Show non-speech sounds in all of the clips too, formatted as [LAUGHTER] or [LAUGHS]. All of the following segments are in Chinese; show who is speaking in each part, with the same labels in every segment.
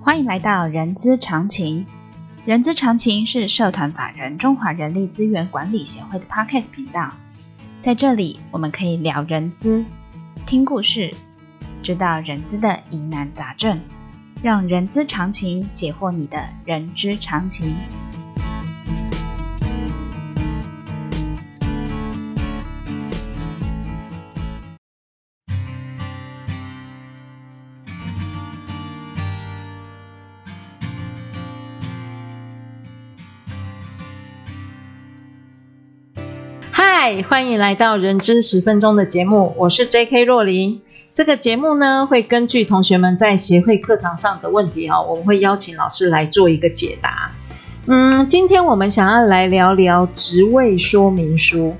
Speaker 1: 欢迎来到人资常情。人资常情是社团法人中华人力资源管理协会的 Podcast 频道，在这里我们可以聊人资、听故事，知道人资的疑难杂症，让人资常情解惑你的人之常情。
Speaker 2: 嗨，欢迎来到《人知十分钟》的节目，我是 J.K. 若琳。这个节目呢，会根据同学们在协会课堂上的问题哦，我们会邀请老师来做一个解答。嗯，今天我们想要来聊聊职位说明书。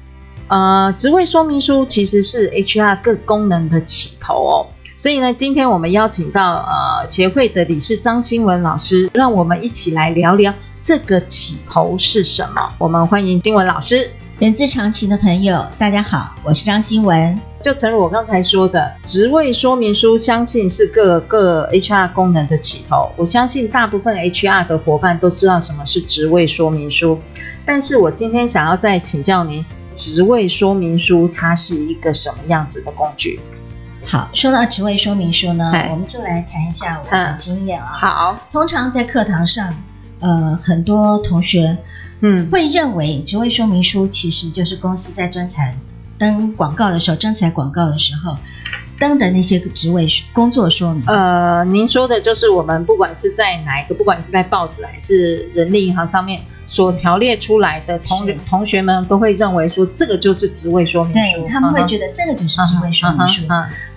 Speaker 2: 呃，职位说明书其实是 HR 各功能的起头哦。所以呢，今天我们邀请到呃协会的理事张新文老师，让我们一起来聊聊这个起头是什么。我们欢迎新文老师。
Speaker 3: 人之常情的朋友，大家好，我是张新文。
Speaker 2: 就正如我刚才说的，职位说明书相信是各个 HR 功能的起头。我相信大部分 HR 的伙伴都知道什么是职位说明书，但是我今天想要再请教您，职位说明书它是一个什么样子的工具？
Speaker 3: 好，说到职位说明书呢
Speaker 2: 嗨，
Speaker 3: 我们就来谈一下我
Speaker 1: 嗯
Speaker 3: 的经验啊。
Speaker 2: 好，
Speaker 3: 通常在课堂上，呃，很多同学
Speaker 2: 嗯，
Speaker 3: 会认为职位说明书其实就是公司在征才登广告的时候，征才广告的时候登的那些职位工作说明。
Speaker 2: 呃，您说的就是我们不管是在哪一个，不管是在报纸还是人力银行上面所条列出来的同学
Speaker 3: 是
Speaker 2: 同学们都会认为说这个就是职位说明书，嗯
Speaker 3: 对，他们会觉
Speaker 2: 得
Speaker 3: 得这个就是职位说明书，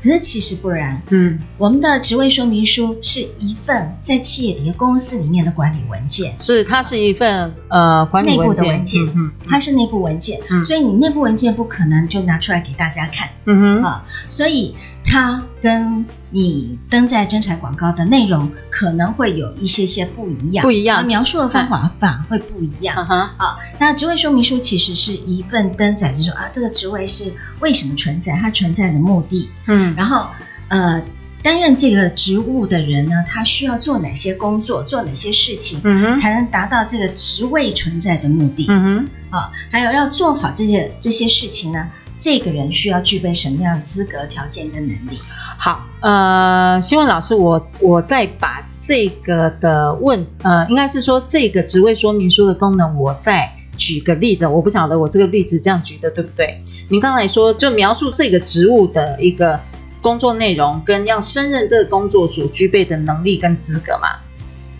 Speaker 3: 可是其实不然。
Speaker 2: 嗯，
Speaker 3: 我们的职位说明书是一份在企业里的公司里面的管理文件，
Speaker 2: 是，它是一份呃管
Speaker 3: 内
Speaker 2: 理
Speaker 3: 部的
Speaker 2: 文
Speaker 3: 文件
Speaker 2: 嗯
Speaker 3: 它是内部文件，
Speaker 2: 嗯
Speaker 3: 所以你内部文件不可能就拿出来给大家看，
Speaker 2: 嗯嗯哼，
Speaker 3: 啊所以它跟你登在征才广告的内容可能会有一些些不一样，嗯
Speaker 2: 不一样
Speaker 3: 它描述的方啊法反而会不一样。
Speaker 2: 嗯哼，
Speaker 3: 那职位说明书其实是一份登载，就是说啊，这个职位是为什么存在，它存在的目的，
Speaker 2: 嗯
Speaker 3: 然后呃，担任这个职务的人呢，他需要做哪些工作，做哪些事情，
Speaker 2: 嗯哼，
Speaker 3: 才能达到这个职位存在的目的。
Speaker 2: 嗯哼，
Speaker 3: 啊，还有要做好这些这些事情呢，这个人需要具备什么样的资格、条件跟能力？
Speaker 2: 好，呃，新闻老师，我我再把这个的问，呃，应该是说这个职位说明书的功能，我再举个例子，我不晓得我这个例子这样举的对不对？您刚才说就描述这个职务的一个工作内容，跟要胜任这个工作所具备的能力跟资格嘛。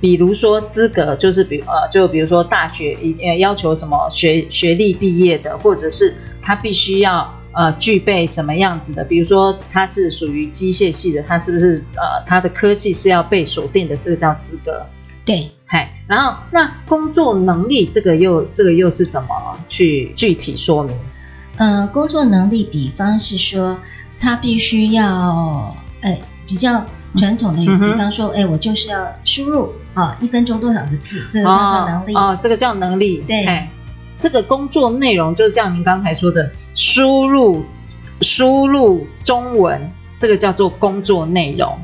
Speaker 2: 比如说资格就是比呃就比如说大学一呃要求什么学学历毕业的，或者是他必须要呃具备什么样子的，比如说他是属于机械系的，他是不是呃他的科系是要被锁定的，这个叫资格。
Speaker 3: 对，
Speaker 2: 嗨，然后那工作能力这个又这个又是怎么去具体说明？
Speaker 3: 呃，工作能力，比方是说，他必须要，呃，比较传统的，
Speaker 2: 嗯哼
Speaker 3: 比方说，哎，我就是要输入啊，一分钟多少个字，这个叫做能力。
Speaker 2: 嗯哦哦，这个叫能力。
Speaker 3: 对
Speaker 2: 哎，这个工作内容就像您刚才说的，输入输入中文，这个叫做工作内容。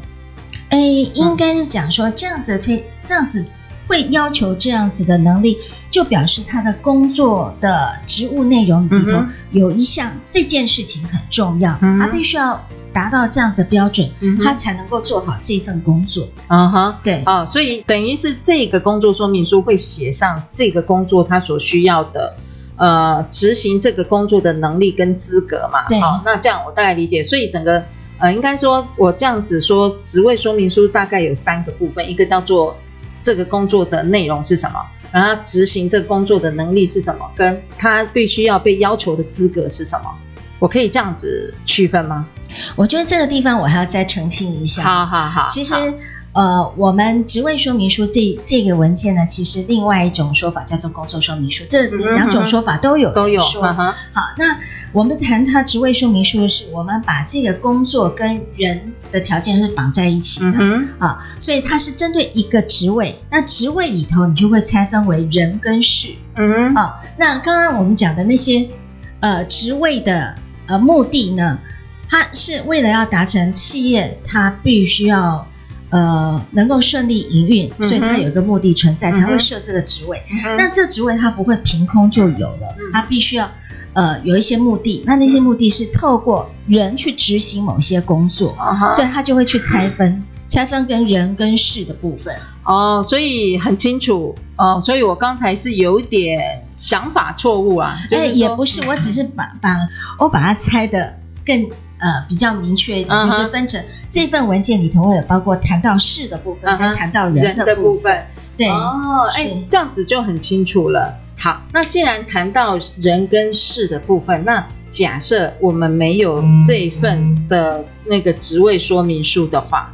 Speaker 3: 哎，应该是讲说这样子的推，这样子会要求这样子的能力，就表示他的工作的职务内容里头
Speaker 2: 嗯哼
Speaker 3: 有一项、这件事情很重要，
Speaker 2: 嗯哼
Speaker 3: 他必须要达到这样子的标准，
Speaker 2: 嗯
Speaker 3: 他才能够做好这份工作。
Speaker 2: 嗯哼，
Speaker 3: 对，
Speaker 2: 哦，所以等于是这个工作说明书会写上这个工作它所需要的，呃，执行这个工作的能力跟资格嘛。啊
Speaker 3: 对
Speaker 2: 好，那这样我大概理解。所以整个呃，应该说我这样子说，职位说明书大概有三个部分，一个叫做这个工作的内容是什么，然后执行这个工作的能力是什么，跟他必须要被要求的资格是什么。我可以这样子区分吗？
Speaker 3: 我觉得这个地方我还要再澄清一下。
Speaker 2: 好好好，
Speaker 3: 其实
Speaker 2: 好，
Speaker 3: 呃，我们职位说明书这这个文件呢，其实另外一种说法叫做工作说明书，这
Speaker 2: 嗯哼嗯
Speaker 3: 两种说法都有
Speaker 2: 都有，
Speaker 3: 人说
Speaker 2: 哈哈，
Speaker 3: 好，那我们谈它职位说明书是，我们把这个工作跟人的条件是绑在一起的、
Speaker 2: 嗯哼，
Speaker 3: 啊，所以它是针对一个职位。那职位里头，你就会拆分为人跟事
Speaker 2: 嗯哼。
Speaker 3: 啊。那刚刚我们讲的那些呃职位的呃目的呢，它是为了要达成企业它必须要呃能够顺利营运，所以它有一个目的存在，
Speaker 2: 嗯哼
Speaker 3: 才会设这个职位。
Speaker 2: 那
Speaker 3: 那这职位它不会凭空就有了
Speaker 2: 嗯，
Speaker 3: 它必须要呃有一些目的，那那些目的是透过人去执行某些工作，
Speaker 2: 嗯
Speaker 3: 所以它就会去拆分，拆分跟人跟事的部分。
Speaker 2: 哦，所以很清楚哦，所以我刚才是有一点想法错误啊，就
Speaker 3: 哎，
Speaker 2: 是
Speaker 3: 也
Speaker 2: 说
Speaker 3: 不是，我只是把把我把它拆的更呃比较明确一点，
Speaker 2: 嗯哼
Speaker 3: 就是分成这份文件里头会有包括谈到事的部分
Speaker 2: 嗯哼
Speaker 3: 跟谈到
Speaker 2: 人
Speaker 3: 人
Speaker 2: 的
Speaker 3: 的部
Speaker 2: 部
Speaker 3: 分，
Speaker 2: 分
Speaker 3: 对，
Speaker 2: 哦，哎
Speaker 3: 是，
Speaker 2: 这样子就很清楚了。好，那既然谈到人跟事的部分，那假设我们没有这一份的那个职位说明书的话，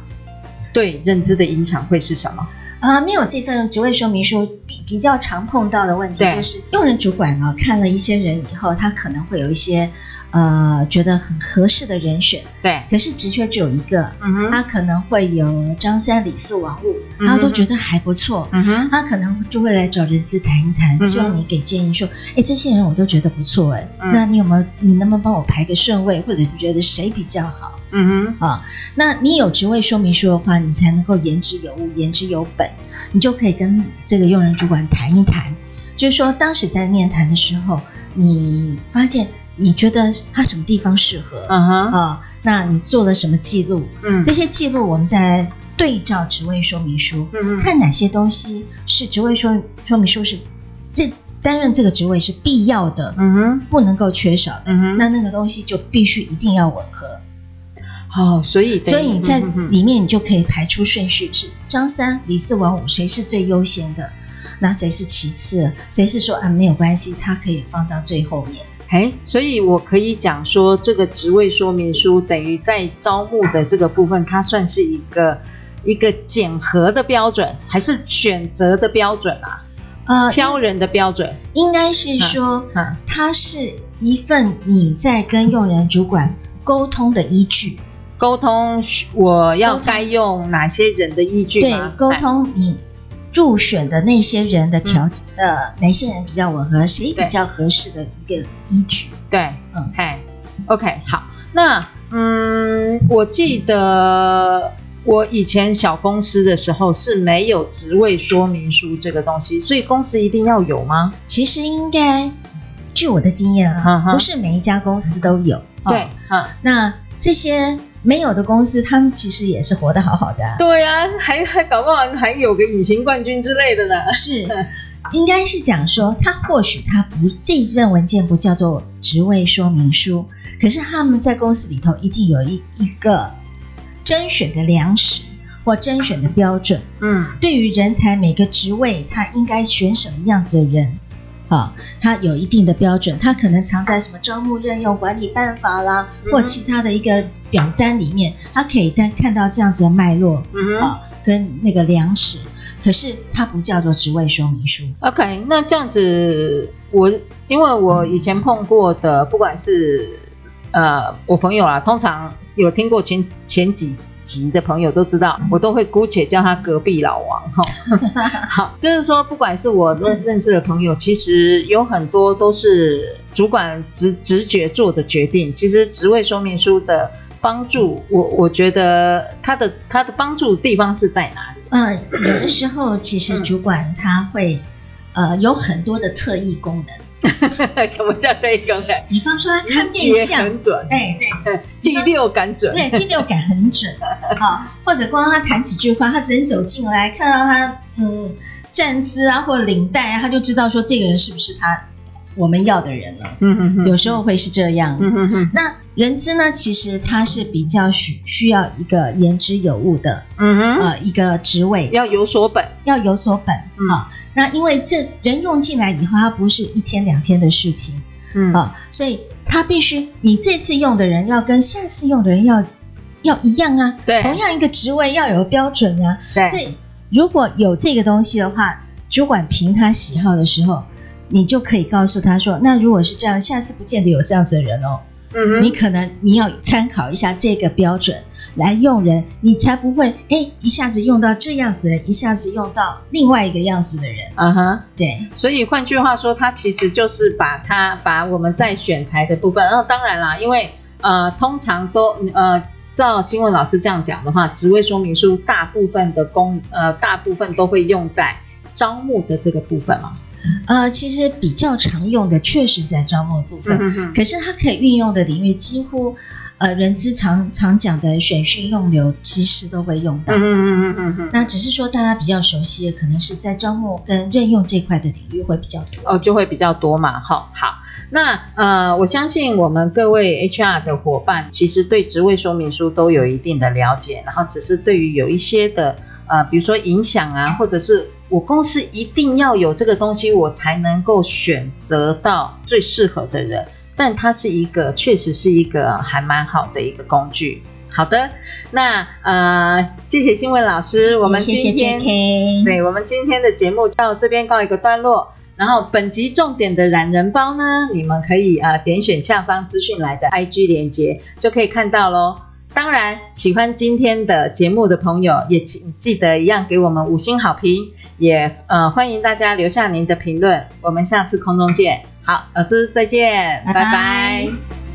Speaker 2: 对认知的影响会是什么？
Speaker 3: 啊，没有这份职位说明书，比比较常碰到的问题
Speaker 2: 对
Speaker 3: 就是，用人主管啊、看了一些人以后，他可能会有一些呃觉得很合适的人选，
Speaker 2: 对，
Speaker 3: 可是职缺只有一个，
Speaker 2: 嗯哼，
Speaker 3: 他可能会有张三李四王五，
Speaker 2: 嗯哼
Speaker 3: 啊他都觉得还不错。
Speaker 2: 嗯哼，
Speaker 3: 他可能就会来找人资谈一
Speaker 2: 嗯哼
Speaker 3: 谈，希望你给建议说，哎，这些人我都觉得不错，哎
Speaker 2: 嗯，
Speaker 3: 那你有没有，你能不能帮我排个顺位，或者你觉得谁比较好？
Speaker 2: 嗯哼，
Speaker 3: 那你有职位说明书的话，你才能够言之有物、言之有本，你就可以跟这个用人主管谈一谈。就是说，当时在面谈的时候，你发现你觉得他什么地方适合啊、
Speaker 2: 嗯哼，
Speaker 3: 那你做了什么记录？
Speaker 2: 嗯，
Speaker 3: 这些记录我们再对照职位说明书，
Speaker 2: 嗯哼，
Speaker 3: 看哪些东西是职位说说明书是这担任这个职位是必要的，
Speaker 2: 嗯哼，
Speaker 3: 不能够缺少的。
Speaker 2: 嗯哼，
Speaker 3: 那那个东西就必须一定要吻合。
Speaker 2: 哦，所以等于
Speaker 3: 所以你在
Speaker 2: 嗯哼
Speaker 3: 里面，你就可以排出顺序是张三、李四、王五，谁是最优先的，那谁是其次，谁是说啊没有关系，他可以放到最后面。
Speaker 2: 哎，所以我可以讲说，这个职位说明书等于在招募的这个部分，它算是一个一个检核的标准，还是选择的标准啊？
Speaker 3: 呃，
Speaker 2: 挑人的标准？
Speaker 3: 应该是说
Speaker 2: 嗯
Speaker 3: 它是一份你在跟用人主管沟通的依据，
Speaker 2: 沟通，我要
Speaker 3: 沟通
Speaker 2: 该用哪些人的依据
Speaker 3: 对
Speaker 2: 吗？哎
Speaker 3: 沟通你。入选的那些人的
Speaker 2: 嗯
Speaker 3: 条、呃，哪些人比较吻合，谁比较合适的一个依据。
Speaker 2: 对，嗯
Speaker 3: 嗯，
Speaker 2: 哎，OK，好，那嗯，我记得我以前小公司的时候是没有职位说明书这个东西，所以公司一定要有吗？
Speaker 3: 其实应该，据我的经验
Speaker 2: 嗯
Speaker 3: 啊，
Speaker 2: 哼
Speaker 3: 不是每一家公司都有。哦
Speaker 2: 对，嗯。
Speaker 3: 那这些没有的公司，他们其实也是活得好好的
Speaker 2: [LAUGHS]
Speaker 3: 啊、
Speaker 2: 对呀、还还搞不好还有个隐形冠军之类的呢。
Speaker 3: 是，
Speaker 2: 嗯
Speaker 3: 应该是讲说，他或许他不这一份文件不叫做职位说明书，可是他们在公司里头一定有一一个甄选的粮食或甄选的标准，
Speaker 2: 嗯
Speaker 3: 对于人才每个职位，他应该选什么样子的人。好，他有一定的标准，他可能藏在什么招募任用管理办法啦，
Speaker 2: 嗯
Speaker 3: 或其他的一个表单里面，他可以单看到这样子的脉络。
Speaker 2: 嗯哼
Speaker 3: 啊、跟那个粮食，可是它不叫做职位说明书。
Speaker 2: ，OK，那这样子，我因为我以前碰过的，不管是呃我朋友啦，通常有听过前前几集的朋友都知道，我都会姑且叫他隔壁老王哈。 [LAUGHS] 好，就是说，不管是我认认识的朋友，其实有很多都是主管直直觉做的决定。其实职位说明书的帮助，我我觉得它的它的帮助地方是在哪里？ [LAUGHS]
Speaker 3: 嗯、有的时候其实
Speaker 2: 嗯
Speaker 3: 主管他会，呃，有很多的特异功能，
Speaker 2: 什么叫对更感？
Speaker 3: 比方说
Speaker 2: 直
Speaker 3: 他
Speaker 2: 觉
Speaker 3: 啊面相
Speaker 2: 很，准，
Speaker 3: 哎，对
Speaker 2: 第六感准。
Speaker 3: 对，第六感很准啊、或者光他谈几句话，他人走进来看到他，嗯，站姿啊或领带啊，他就知道说这个人是不是他我们要的人了。
Speaker 2: 嗯嗯嗯
Speaker 3: 有时候会是这样，
Speaker 2: 嗯嗯嗯
Speaker 3: 那人资呢，其实它是比较需需要一个言之有物的
Speaker 2: 嗯哼，
Speaker 3: 呃一个职位，
Speaker 2: 要有所本。
Speaker 3: 要有所本啊、
Speaker 2: 嗯
Speaker 3: 那因为这人用进来以后，它不是一天两天的事情
Speaker 2: 嗯
Speaker 3: 啊、所以它必须你这次用的人要跟下次用的人要要一样啊，
Speaker 2: 对
Speaker 3: 同样一个职位要有标准啊。
Speaker 2: 对，
Speaker 3: 所以如果有这个东西的话，主管凭他喜好的时候，你就可以告诉他说，那如果是这样，下次不见得有这样子的人哦。
Speaker 2: 嗯
Speaker 3: 你
Speaker 2: 哼，
Speaker 3: 可能你要参考一下这个标准来用人，你才不会哎一下子用到这样子的人，一下子用到另外一个样子的人。
Speaker 2: 嗯哼。
Speaker 3: 对，
Speaker 2: 所以换句话说，它其实就是把它把我们在选材的部分，然后当然啦，因为呃，通常都呃照新闻老师这样讲的话，职位说明书大部分的工呃大部分都会用在招募的这个部分嘛。
Speaker 3: 呃，其实比较常用的确实在招募的部分，
Speaker 2: 嗯
Speaker 3: 可是它可以运用的领域几乎，呃，人资常常讲的选训用流其实都会用到。
Speaker 2: 嗯嗯嗯嗯嗯，
Speaker 3: 那只是说大家比较熟悉的，可能是在招募跟任用这块的领域会比较多。
Speaker 2: 哦就会比较多嘛。好，好，那呃，我相信我们各位 HR 的伙伴其实对职位说明书都有一定的了解，然后只是对于有一些的呃，比如说影响啊，或者是我公司一定要有这个东西，我才能够选择到最适合的人。但它是一个，确实是一个还蛮好的一个工具。好的，那呃，谢谢新闻老师，我们
Speaker 3: 谢谢
Speaker 2: 今天
Speaker 3: JK，
Speaker 2: 对我们今天的节目到这边告一个段落。然后本集重点的懒人包呢，你们可以呃点选下方资讯来的 IG 连接，就可以看到喽。当然，喜欢今天的节目的朋友，也请记得一样给我们五星好评，也呃欢迎大家留下您的评论。我们下次空中见。好，老师再见，
Speaker 3: 拜拜
Speaker 2: 拜拜